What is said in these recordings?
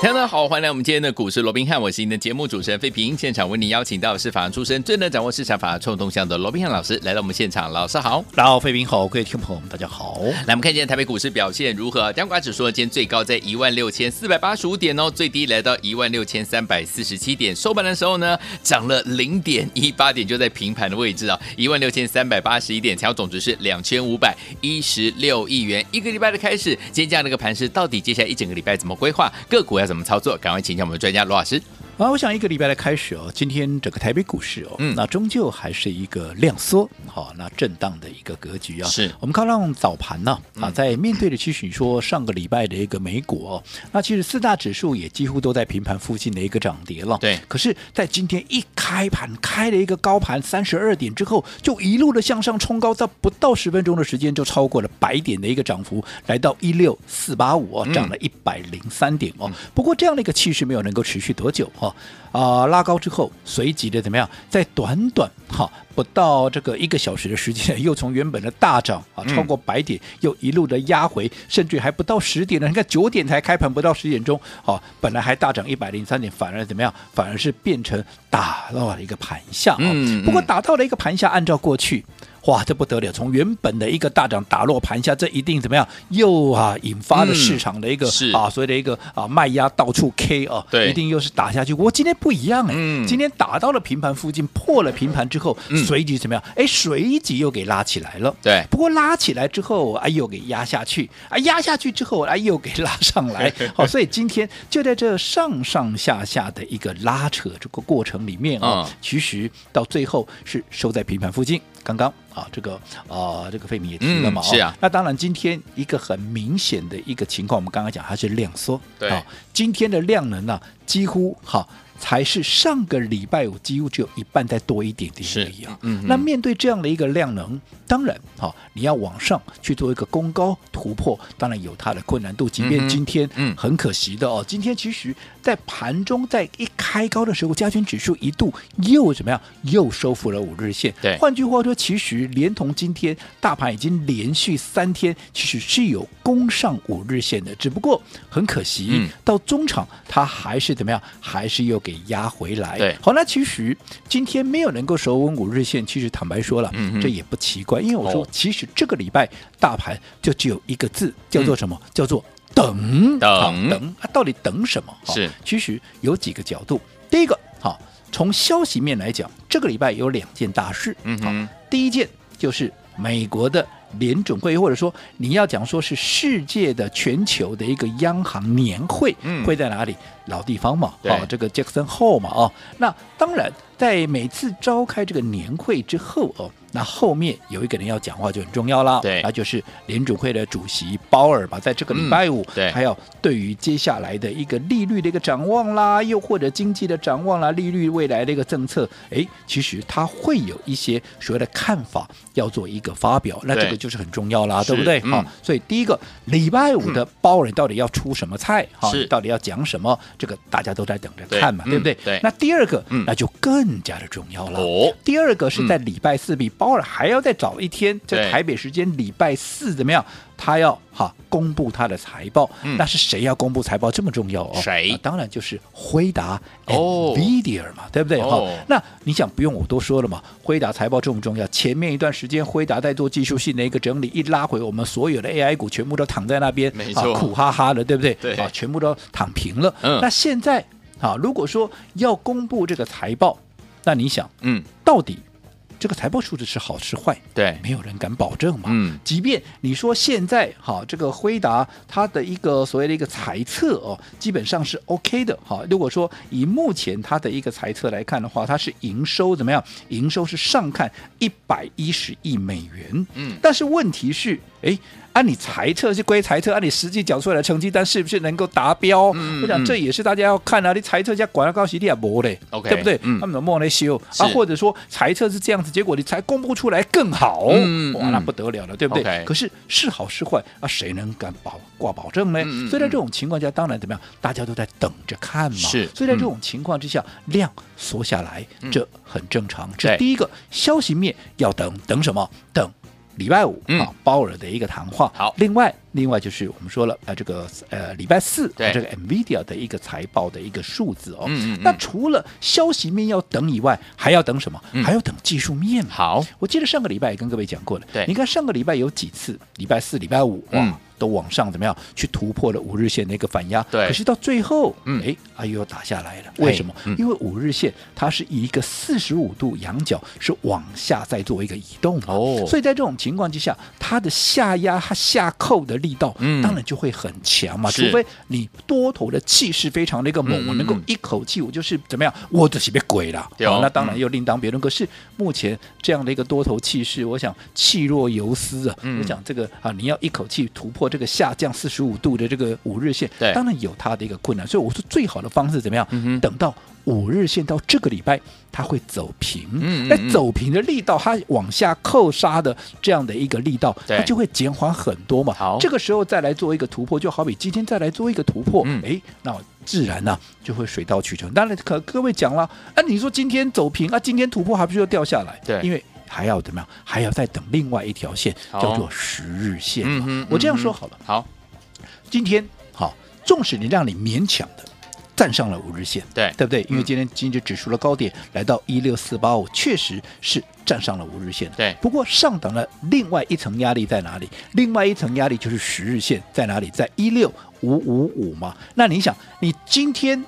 大家好，欢迎来我们今天的股市罗宾汉，我是您的节目主持人费平。现场为您邀请到的是法案出身、最能掌握市场法案冲动向的罗宾汉老师来到我们现场，老师好。然后，费平好，各位听众朋友们，大家 好。来，我们看今天台北股市表现如何？啊加权指数呢今天最高在一万六千四百八十五点哦，最低来到一万六千三百四十七点，收盘的时候呢，涨了零点一八点，就在平盘的位置啊，一万六千三百八十一点，成交总值是两千五百一十六亿元。一个礼拜的开始，今天这样的一个盘势，到底接下来一整个礼拜怎么规划？个股要怎么操作？赶快请教我们的专家罗老师。啊，我想一个礼拜的开始哦，今天整个台北股市哦，嗯那终究还是一个量缩，好、那震荡的一个格局啊。是我们看到早盘呢、啊，在面对着其实你说上个礼拜的一个美股哦，那其实四大指数也几乎都在平盘附近的一个涨跌了。对可是，在今天一开盘开了一个高盘三十二点之后，就一路的向上冲高，到不到十分钟的时间就超过了百点的一个涨幅，来到一六四八五，哦涨了一百零三点哦。不过这样的一个气势没有能够持续多久哈、啊、拉高之后，随即的怎么样，在短短哈、不到这个一个小时的时间，又从原本的大涨啊嗯超过百点，又一路的压回，甚至还不到十点呢。你看九点才开盘，不到十点钟，哦，本来还大涨一百零三点，反而怎么样？反而是变成打到了一个盘下、哦。嗯嗯不过打到了一个盘下，按照过去。哇，这不得了！从原本的一个大涨打落盘下，这一定怎么样？又啊，引发了嗯市场的一个、是啊，所谓的一个啊卖压到处 K 啊，对一定又是打下去。我今天不一样哎、嗯今天打到了平盘附近，破了平盘之后，嗯随即怎么样？哎，随即又给拉起来了。对不过拉起来之后，哎呦给压下去，啊压下去之后，哎又给拉上 来，好、所以今天就在这上上下下的一个拉扯这个过程里面啊、嗯其实到最后是收在平盘附近。刚刚啊，这个啊、这个费米也提了嘛、嗯是啊哦那当然，今天一个很明显的一个情况，我们刚刚讲它是量缩，对啊今天的量能呢、几乎好。才是上个礼拜五几乎只有一半再多一点点是而已啊。嗯嗯那面对这样的一个量能，当然好、你要往上去做一个攻高突破，当然有它的困难度。嗯即哼便今天嗯很可惜的哦，今天其实在盘中在一开高的时候，加权指数一度又怎么样？又收复了五日线。对换句话说，其实连同今天大盘已经连续三天其实是有攻上五日线的，只不过很可惜，嗯到中场它还是怎么样？还是又给压回来。对好，那其实今天没有能够守稳五日线，其实坦白说了，嗯哼这也不奇怪，因为我说哦，其实这个礼拜大盘就只有一个字，叫嗯做什么？叫做等等好等啊，到底等什么？好是，其实有几个角度。第一个，好，从消息面来讲，这个礼拜有两件大事。嗯好哼，第一件就是美国的联准会，或者说你要讲说是世界的全球的一个央行年会，嗯会在哪里？老地方嘛，对哦，这个 Jackson Hole 嘛，哦，那当然，在每次召开这个年会之后，哦，那后面有一个人要讲话就很重要啦，对那就是联准会的主席鲍尔吧，在这个礼拜五，嗯对还有对于接下来的一个利率的一个展望啦，又或者经济的展望啦，利率未来的一个政策，哎，其实他会有一些所谓的看法要做一个发表，那对这个就是很重要啦，是对不对？嗯好、所以第一个礼拜五的包人到底要出什么菜？哈、是到底要讲什么？这个大家都在等着对看嘛，嗯对不对？对那第二个，嗯那就更加的重要了。哦，第二个是在礼拜四，比鲍尔还要再早一天，对在台北时间礼拜四怎么样？他要哈公布他的财报，嗯那是谁要公布财报这么重要哦？谁那当然就是辉达哦 NVIDIA 嘛，对不对？哦好，那你想不用我多说了嘛？辉达财报重不重要？前面一段时间辉达在做技术性的一个整理，一拉回，我们所有的 AI 股全部都躺在那边，没啊错苦哈哈的，对不对？对啊，全部都躺平了。嗯那现在啊，如果说要公布这个财报，那你想？嗯，到底这个财报数字是好是坏，对，没有人敢保证嘛。嗯即便你说现在哈，这个辉达它的一个所谓的一个财测哦，基本上是 OK 的哈。如果说以目前它的一个财测来看的话，它是营收怎么样？营收是上看一百一十亿美元，嗯但是问题是，哎，按、你猜测是归猜测，按、你实际缴出来的成绩单是不是能够达标？嗯我想嗯这也是大家要看啊。你猜测一下广告席利亚博嘞 OK，对不对？嗯他们怎么往那修是啊？或者说猜测是这样子，结果你才公布出来更好，嗯嗯哇，那嗯不得了了，对不对 OK 可是是好是坏啊，谁能敢保挂保证呢？嗯嗯所以在嗯这种情况下，当然怎么样，大家都在等着看嘛。是所以在嗯这种情况之下，量缩下来，这很正常。这对第一个消息面要等等什么？等。礼拜五、嗯啊，鲍尔的一个谈话。好另外，另外就是我们说了，呃，这个呃，礼拜四、对啊、这个 Nvidia 的一个财报的一个数字哦。嗯嗯嗯那除了消息面要等以外，还要等什么？嗯还要等技术面嘛。好，我记得上个礼拜也跟各位讲过了，对你看上个礼拜有几次，礼拜四、礼拜五，哇，嗯都往上怎么样去突破了五日线的一个反压，对可是到最后，嗯哎，啊又打下来了，哎为什么？嗯因为五日线它是以一个四十五度仰角是往下在做一个移动嘛哦所以在这种情况之下，它的下压、它下扣的力道，嗯当然就会很强嘛，除是非你多头的气势非常的一个猛，嗯我能够嗯嗯一口气，我就是怎么样，我就是被鬼了，对哦好那当然嗯又另当别论。可是目前这样的一个多头气势，我想气若游丝啊。嗯我想这个啊，你要一口气突破这个下降四十五度的这个五日线对，当然有它的一个困难。所以我说最好的方式怎么样？嗯哼等到五日线到这个礼拜，它会走平。嗯嗯那嗯走平的力道，它往下扣杀的这样的一个力道，对它就会减缓很多嘛。好这个时候再来做一个突破，就好比今天再来做一个突破，嗯哎、那自然呢、就会水到渠成。当然可，各位讲了，啊，你说今天走平啊，今天突破还不是又掉下来？对因为还要怎么样？还要再等另外一条线，好叫做十日线嘛。嗯哼我这嗯样哼说好了，好，今天好，纵使你让你勉强的站上了五日线，对对不对？因为今天今日指数的高点来到一六四八五，确实是站上了五日线的。对不过上档的另外一层压力在哪里？另外一层压力就是十日线在哪里？在一六五五五嘛。那你想，你今天。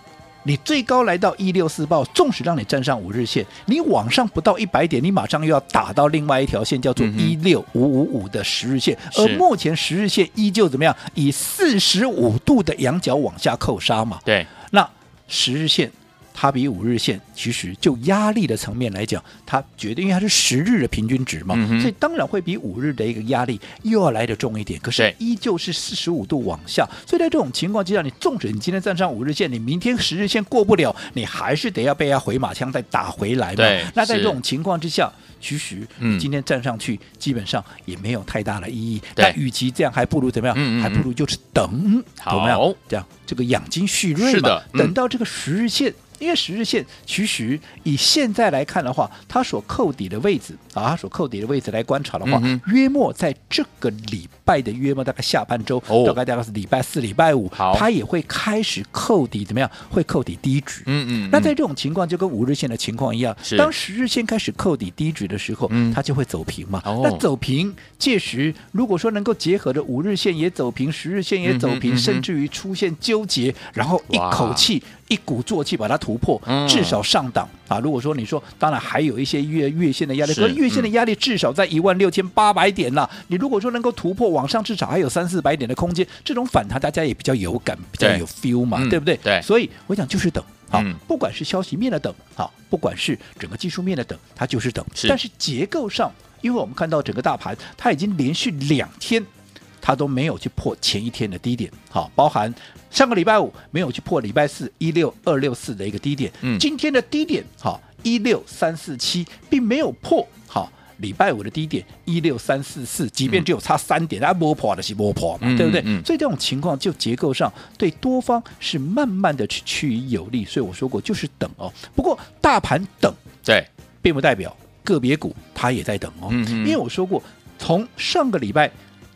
你最高来到一六四八，纵使让你站上五日线，你往上不到一百点，你马上又要打到另外一条线，叫做嗯一哼六五五五的十日线，是而目前十日线依旧怎么样？以四十五度的仰角往下扣杀嘛。对，那十日线它比五日线，其实就压力的层面来讲，它绝对因为它是十日的平均值嘛，嗯哼所以当然会比五日的一个压力又要来得重一点。可是对依旧是四十五度往下，所以在这种情况之下，你纵使你今天站上五日线，你明天十日线过不了，你还是得要被它回马枪再打回来嘛对。那在是这种情况之下，其实嗯你今天站上去，基本上也没有太大的意义。对那与其这样，还不如怎么样？嗯嗯嗯还不如就是等，好怎么样？这样这个养精蓄锐嘛。是的嗯等到这个十日线。因为十日线其实以现在来看的话，它所扣底的位置啊，它所扣底的位置来观察的话，嗯约莫在这个礼拜的约莫大概下半周，哦大概大概是礼拜四、礼拜五好，它也会开始扣底，怎么样？会扣底低值。嗯嗯，那在这种情况，就跟五日线的情况一样是，当十日线开始扣底低值的时候，嗯它就会走平嘛。哦那走平，届时如果说能够结合着五日线也走平，十日线也走嗯哼嗯平，哼甚至于出现纠结，然后一哇口气一鼓作气把它突破嗯，至少上档啊。如果说你说，当然还有一些月月线的压力，是可是月线的压力至少在一万六千八百点啦。你如果说能够突破往上，至少还有三四百点的空间，这种反弹大家也比较有感，比较对有 feel 嘛嗯，对不对？对所以我想就是等。好嗯，不管是消息面的等，好，不管是整个技术面的等，它就是等。是但是结构上，因为我们看到整个大盘，它已经连续两天，它都没有去破前一天的低点。好，包含上个礼拜五没有去破礼拜四一六二六四的一个低点，嗯今天的低点好一六三四七并没有破，好。礼拜五的低点一六三四四，即便只有差三点，它摸破的是摸破嘛，嗯对不对？嗯嗯所以这种情况就结构上对多方是慢慢的去趋于有利，所以我说过就是等哦。不过大盘等对，并不代表个别股它也在等哦，嗯嗯因为我说过，从上个礼拜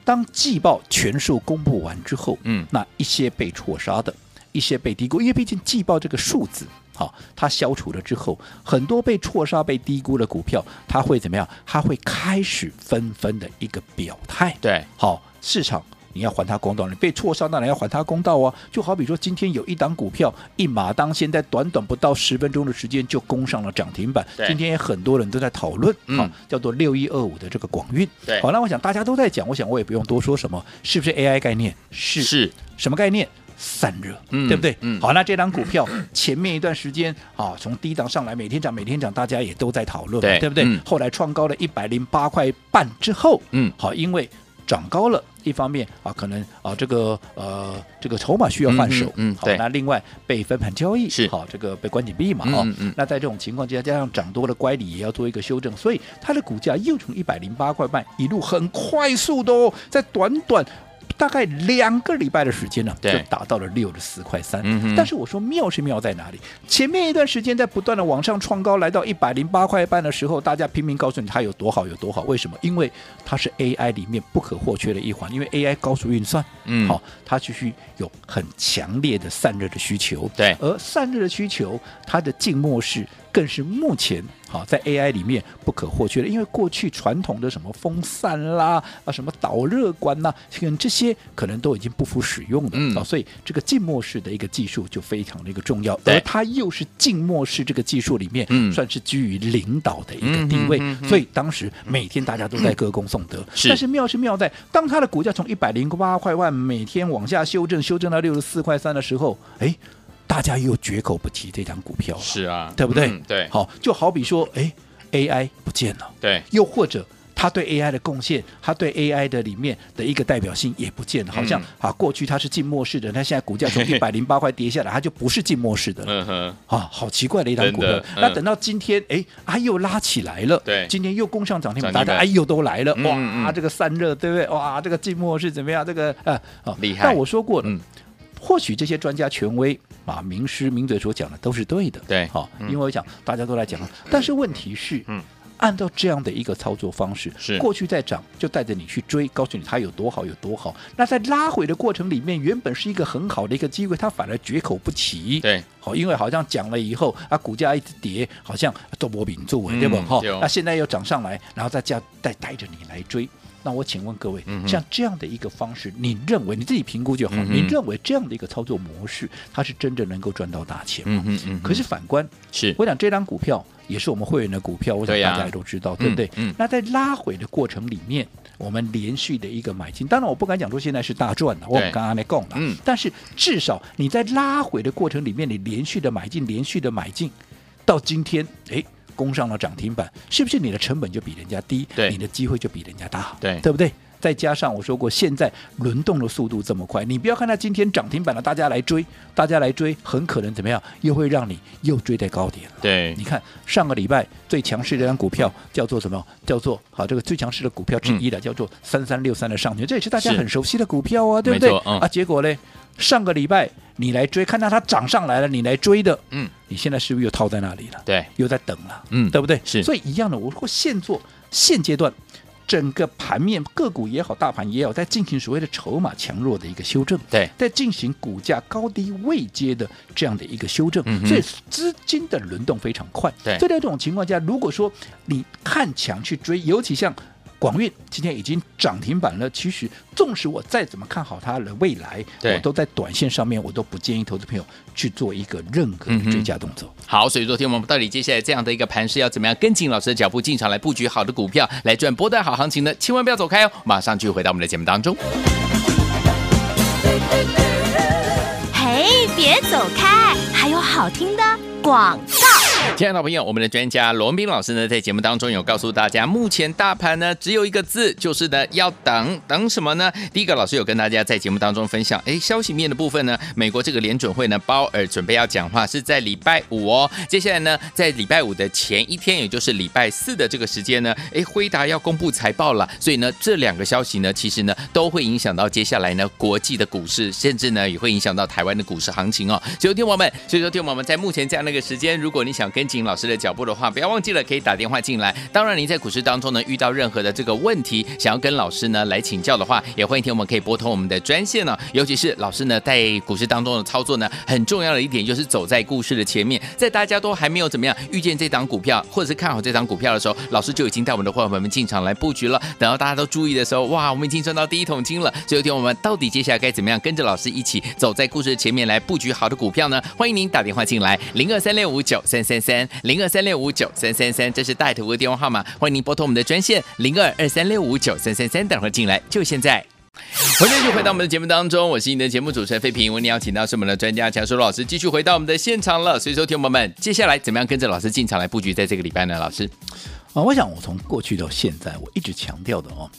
当季报全数公布完之后，嗯那一些被错杀的，一些被低估，因为毕竟季报这个数字。好，它消除了之后，很多被错杀、被低估的股票，它会怎么样？它会开始纷纷的一个表态。对，好，市场你要还他公道，你被错杀，当然要还他公道啊。就好比说，今天有一档股票一马当先，在短短不到十分钟的时间就攻上了涨停板对。今天也很多人都在讨论，嗯好叫做六一二五的这个广运。对好，那我想大家都在讲，我想我也不用多说什么，是不是 AI 概念？是是什么概念？散热，嗯对不对？嗯好，那这张股票前面一段时间啊，从低档上来，每天涨，每天涨，大家也都在讨论嘛，对对不对？嗯后来创高了一百零八块半之后，嗯好，因为涨高了，一方面啊，可能啊这个呃这个筹码需要换手，嗯嗯嗯好对，那另外被分盘交易是好，这个被关紧闭嘛，嗯哦，嗯嗯那在这种情况之下，加上涨多了乖离也要做一个修正，所以它的股价又从一百零八块半一路很快速的哦，在短短。大概两个礼拜的时间呢、对就达到了六十四块三、嗯哼但是我说妙是妙在哪里？前面一段时间在不断的往上创高，来到一百零八块半的时候，大家拼命告诉你它有多好有多好。为什么？因为它是 AI 里面不可或缺的一环，因为 AI 高速运算，嗯好、它必须有很强烈的散热的需求。对而散热的需求，它的静默式更是目前好、在 AI 里面不可或缺的，因为过去传统的什么风扇啦啊什么导热管呐、跟这些可能都已经不敷使用了、嗯啊，所以这个静默式的一个技术就非常的一个重要，对而它又是静默式这个技术里面、嗯算是居于领导的一个地位，嗯哼嗯哼嗯所以当时每天大家都在歌功颂德，是但是妙是妙在，当它的股价从一百零八块万每天往下修正，修正到六十四块三的时候，哎，大家又绝口不提这张股票了，是啊，对不对？嗯对，好，就好比说，哎，AI 不见了，对，又或者。它对 AI 的贡献，它对 AI 的里面的一个代表性也不见了，好像、嗯啊，过去它是静默式的，它现在股 价从一百零八块跌下来，它就不是静默式的了。嗯哼，啊，好奇怪的一档股真票的。那嗯等到今天，哎，啊又拉起来了，对今天又攻上涨停板，涨大停板家哎又都来了，嗯嗯哇，嗯这个散热对不对？哇，这个静默是怎么样？这个啊，啊厉害但我说过了嗯，或许这些专家权威啊、名师名嘴所讲的都是对的，对好，因为我想大家都来讲了，但是问题是，嗯。按照这样的一个操作方式，是过去在涨就带着你去追，告诉你它有多好有多好。那在拉回的过程里面，原本是一个很好的一个机会，它反而绝口不提。对，好，因为好像讲了以后啊，股价一直跌，好像都波饼作为，对不？嗯哈、对哦那现在又涨上来，然后再加再带着你来追。那我请问各位，嗯哼像这样的一个方式，你认为你自己评估就好、嗯哼你认为这样的一个操作模式，它是真正能够赚到大钱吗？嗯哼嗯哼，可是反观，是我想这张股票也是我们会员的股票，我想对呀大家也都知道，对,、不对、嗯嗯那在拉回的过程里面，我们连续的一个买进，当然我不敢讲说现在是大赚了，我们刚刚来讲了，嗯但是至少你在拉回的过程里面，你连续的买进，连续的买进，到今天，哎。攻上了涨停板，是不是你的成本就比人家低？对你的机会就比人家大，对对不对？再加上我说过，现在轮动的速度这么快，你不要看它今天涨停板了，大家来追，大家来追，很可能怎么样，又会让你又追在高点了。对你，看上个礼拜最强势的一张股票叫做什么？叫做好这个最强势的股票之一的、叫做三三六三的上权，这也是大嗯家是很熟悉的股票啊，对不对没错？嗯啊，结果嘞，上个礼拜你来追，看到它涨上来了，你来追的，嗯，你现在是不是又套在那里了？对，又在等了，嗯对不对？是所以一样的，我说现做现阶段。整个盘面个股也好，大盘也好，在进行所谓的筹码强弱的一个修正，对在进行股价高低位阶的这样的一个修正，嗯哼所以资金的轮动非常快。对所以在这种情况下，如果说你看强去追，尤其像。广运今天已经涨停板了，其实纵使我再怎么看好它的未来，对我都在短线上面我都不建议投资朋友去做一个任何嗯的哼追加动作。好，所以昨天我们到底接下来这样的一个盘势要怎么样跟紧老师的脚步进场来布局好的股票，来赚波段好行情呢？千万不要走开哦，马上就回到我们的节目当中。嘿，别走开，还有好听的广告。亲爱的朋友，我们的专家罗文斌老师呢，在节目当中有告诉大家，目前大盘呢只有一个字，就是呢要等，等什么呢？第一个，老师有跟大家在节目当中分享，哎，消息面的部分呢，美国这个联准会呢，鲍尔准备要讲话，是在礼拜五哦。接下来呢，在礼拜五的前一天，也就是礼拜四的这个时间呢，哎，辉达要公布财报了，所以呢，这两个消息呢，其实呢都会影响到接下来呢国际的股市，甚至呢也会影响到台湾的股市行情哦。所以，听我们，所以说，听我们在目前这样的一个时间，如果你想跟紧老师的脚步的话，不要忘记了可以打电话进来。当然，您在股市当中呢遇到任何的这个问题，想要跟老师呢来请教的话，也欢迎听我们可以拨通我们的专线呢、尤其是老师呢在股市当中的操作呢，很重要的一点就是走在故事的前面，在大家都还没有怎么样遇见这档股票，或者是看好这档股票的时候，老师就已经带我们的伙伴们进场来布局了。等到大家都注意的时候，哇，我们已经赚到第一桶金了。所以，听我们到底接下来该怎么样跟着老师一起走在故事的前面来布局好的股票呢？欢迎您打电话进来，零二三六五九三三三，零二三六五九三三三，这是带头的电话号码。欢迎您拨通我们的专线零二二三六五九三三三，等会儿进来，就现在。欢迎继续回到我们的节目当中，我是你的节目主持人费平。为你邀请到是我们的专家强叔老师，继续回到我们的现场了。所以，说，听众朋友们，接下来怎么样跟着老师进场来布局在这个礼拜呢？老师，啊，我想我从过去到现在，我一直强调的哦，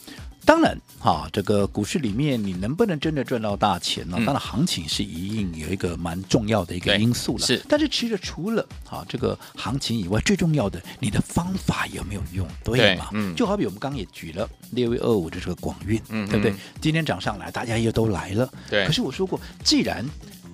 当然，哈、这个股市里面你能不能真的赚到大钱呢、嗯当然，行情是一定有一个蛮重要的一个对因素了。是但是其实除了哈、这个行情以外，最重要的你的方法有没有用，对对吗？嗯就好比我们刚刚也举了六月二五的这个广运，嗯对不对嗯？今天涨上来，大家又都来了。对可是我说过，既然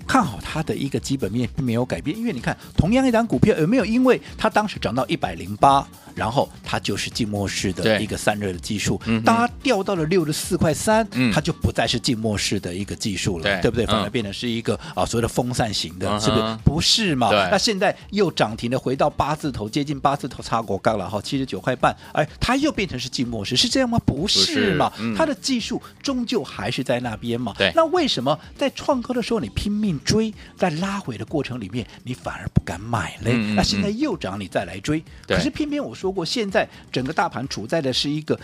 看好它的一个基本面并没有改变，因为你看，同样一档股票有没有因为它当时涨到一百零八，然后它就是静默式的对一个散热的技术嗯哼，当它掉到了六十四块三嗯，它就不再是静默式的一个技术了，对对不对？嗯反而变成是一个啊所谓的风扇型的，嗯哼是不是？不是嘛对？那现在又涨停的回到八字头，接近八字头插国杠了哈，七十九块半，哎，它又变成是静默式，是这样吗？不是嘛？不是嗯它的技术终究还是在那边嘛。对那为什么在创高的时候你拼命追，在拉回的过程里面你反而不敢买嘞？嗯嗯那现在又涨，你再来追，对可是偏偏我说过，现在整个大盘处在的是一个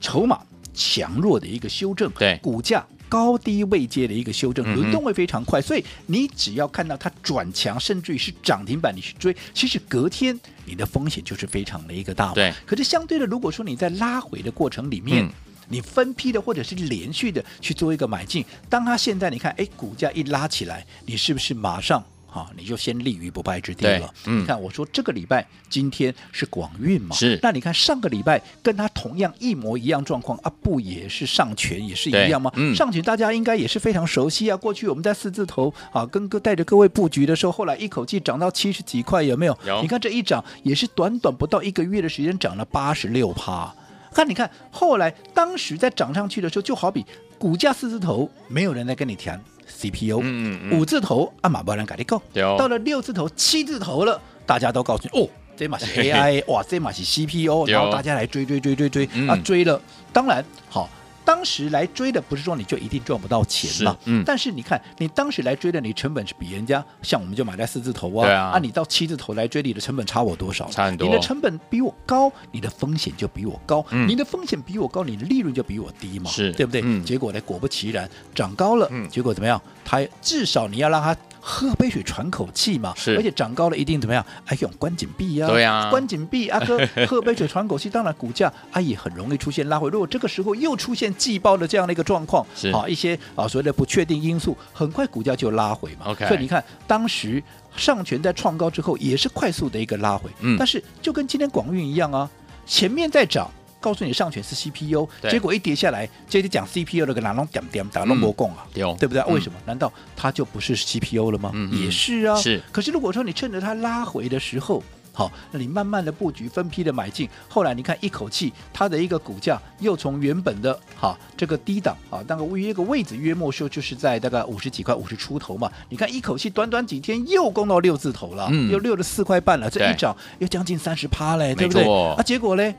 筹码强弱的一个修正，对股价。高低位阶的一个修正，嗯哼轮动会非常快，所以你只要看到它转强，甚至于是涨停板，你去追，其实隔天你的风险就是非常的一个大嘛。对可是相对的，如果说你在拉回的过程里面，嗯你分批的或者是连续的去做一个买进，当它现在你看，哎，股价一拉起来，你是不是马上？啊，你就先立于不败之地对了。嗯你看我说这个礼拜今天是广运嘛，是那你看上个礼拜跟它同样一模一样状况啊，不也是上权也是对一样吗？嗯上权大家应该也是非常熟悉啊。过去我们在四字头啊，跟各带着各位布局的时候，后来一口气涨到七十几块，有没有？有你看这一涨也是短短不到一个月的时间，涨了八十六趴。看，你看，后来当时在涨上去的时候，就好比股价四字头，没有人来跟你谈 CPU，嗯嗯嗯五字头啊，马不人跟你讲，对哦到了六字头、七字头了，大家都告诉你哦。这嘛是 嘿嘿 AI，哇，这嘛是 CPU，对哦然后大家来追追追追追、嗯啊，追了。当然，好，当时来追的不是说你就一定赚不到钱嘛是，嗯但是你看，你当时来追的，你成本是比人家，像我们就买在四字头啊，对啊你到七字头来追，你的成本差我多少？差很多你的成本比我高，你的风险就比我高，嗯你的风险比我高，你的利润就比我低嘛，是对不对？嗯结果呢，果不其然，涨高了，嗯结果怎么样？它至少你要让它喝杯水喘口气嘛，是而且涨高了一定怎么样？哎呦，关紧闭呀、对啊关紧闭，阿哥喝杯水喘口气，当然股价 啊也很容易出现拉回。如果这个时候又出现季报的这样的一个状况，是啊一些啊所谓的不确定因素，很快股价就拉回嘛。 OK 所以你看当时。上权在创高之后也是快速的一个拉回，嗯但是就跟今天广运一样啊，前面在涨，告诉你上权是 CPU，对结果一跌下来，接着讲 CPU 那个哪弄点点打弄魔供啊，对哦对不对？嗯为什么？难道它就不是 CPU 了吗？嗯嗯也是啊，是。可是如果说你趁着它拉回的时候，好，那你慢慢的布局，分批的买进，后来你看一口气，它的一个股价又从原本的哈这个低档啊，那个约个位置约莫说就是在大概五十几块、五十出头嘛，你看一口气短短几天又攻到六字头了，嗯又六十四块半了，这对一涨又将近三十趴嘞，没对不对？错啊，结果嘞，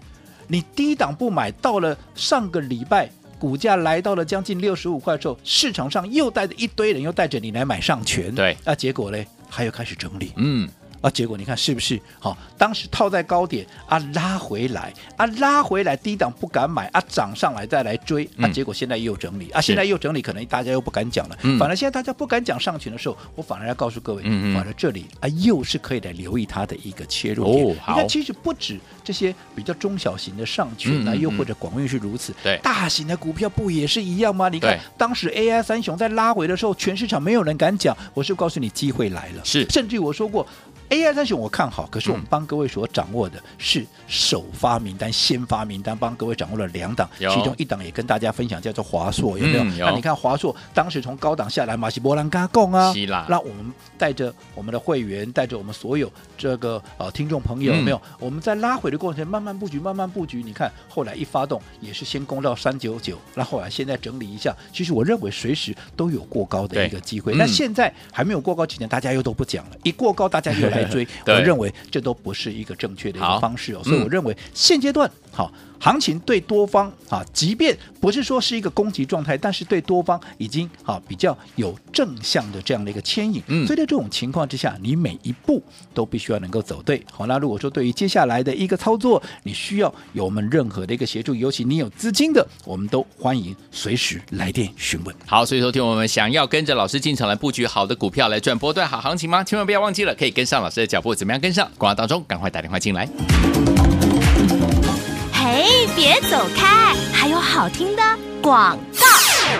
你低档不买，到了上个礼拜。股价来到了将近六十五块之后，市场上又带着一堆人，又带着你来买上权。对那、结果嘞，还有开始整理嗯，啊，结果你看是不是？好、当时套在高点啊，拉回来啊，拉回来低档不敢买啊，涨上来再来追啊，嗯结果现在又整理啊，是现在又整理，可能大家又不敢讲了。嗯反而现在大家不敢讲上群的时候，我反而要告诉各位，嗯嗯反而这里啊，又是可以来留意它的一个切入点。哦好你看，其实不止这些比较中小型的上群嗯啊，嗯嗯又或者广运是如此，对大型的股票不也是一样吗？你看对当时 AI 三雄在拉回的时候，全市场没有人敢讲，我是不是告诉你机会来了。是甚至于我说过。AI 三雄我看好，可是我们嗯帮各位所掌握的是首发名单、先发名单，帮各位掌握了两档，有其中一档也跟大家分享叫做华硕，有没有？嗯有那你看华硕当时从高档下来，马西波兰嘎贡啊，希腊那我们带着我们的会员，带着我们所有这个呃听众朋友，嗯有没有？我们在拉回的过程，慢慢布局，慢慢布局。你看后来一发动，也是先攻到三九九，那后来现在整理一下，其实我认为随时都有过高的对一个机会。嗯那现在还没有过高之前，大家又都不讲了，一过高大家又来 ，追对我认为这都不是一个正确的一好个方式哦。嗯所以我认为现阶段好。行情对多方啊，即便不是说是一个攻击状态，但是对多方已经啊比较有正向的这样的一个牵引。嗯所以在这种情况之下，你每一步都必须要能够走对。好，那如果说对于接下来的一个操作，你需要有我们任何的一个协助，尤其你有资金的，我们都欢迎随时来电询问。好，所以说听我们想要跟着老师进场来布局好的股票来赚波段好行情吗？千万不要忘记了，可以跟上老师的脚步，怎么样跟上？广告当中赶快打电话进来。嘿，别走开，还有好听的广告。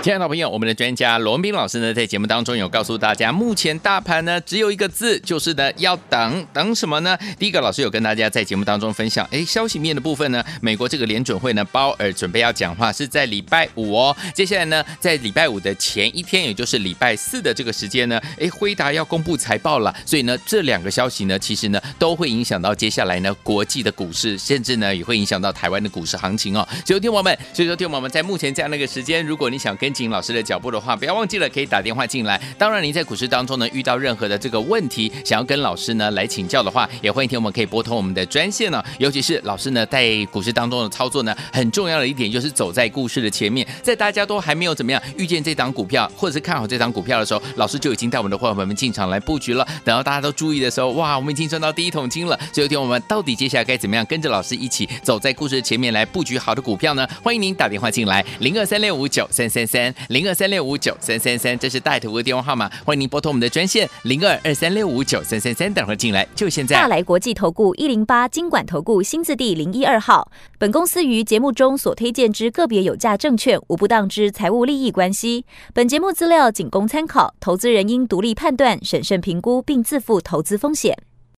亲爱的朋友，我们的专家罗文斌老师呢，在节目当中有告诉大家，目前大盘呢只有一个字，就是呢要等，等什么呢？第一个，老师有跟大家在节目当中分享，哎，消息面的部分呢，美国这个联准会呢，鲍尔准备要讲话，是在礼拜五哦。接下来呢，在礼拜五的前一天，也就是礼拜四的这个时间呢，哎，辉达要公布财报了，所以呢，这两个消息呢，其实呢都会影响到接下来呢国际的股市，甚至呢也会影响到台湾的股市行情哦。所以，听众朋友们，所以说，听众朋友们在目前这样的一个时间，如果你想跟紧老师的脚步的话，不要忘记了可以打电话进来。当然，您在股市当中呢遇到任何的这个问题，想要跟老师呢来请教的话，也欢迎听我们可以拨通我们的专线呢、尤其是老师呢在股市当中的操作呢，很重要的一点就是走在故事的前面，在大家都还没有怎么样遇见这档股票，或者是看好这档股票的时候，老师就已经带我们的伙伴们进场来布局了。等到大家都注意的时候，哇，我们已经赚到第一桶金了。所以，听我们到底接下来该怎么样跟着老师一起走在故事的前面来布局好的股票呢？欢迎您打电话进来，零二三六五九三三三，零二三六五九三三三，这是带头的电话号码。欢迎您拨通我们的专线零二二三六五九三三三，等会进来就现在大。来国际投顾一零八金管投顾新字第零一二号。本公司于节目中所推荐之个别有价证券，无不当之财务利益关系。本节目资料仅供参考，投资人应独立判断、审慎评估，并自负投资风险。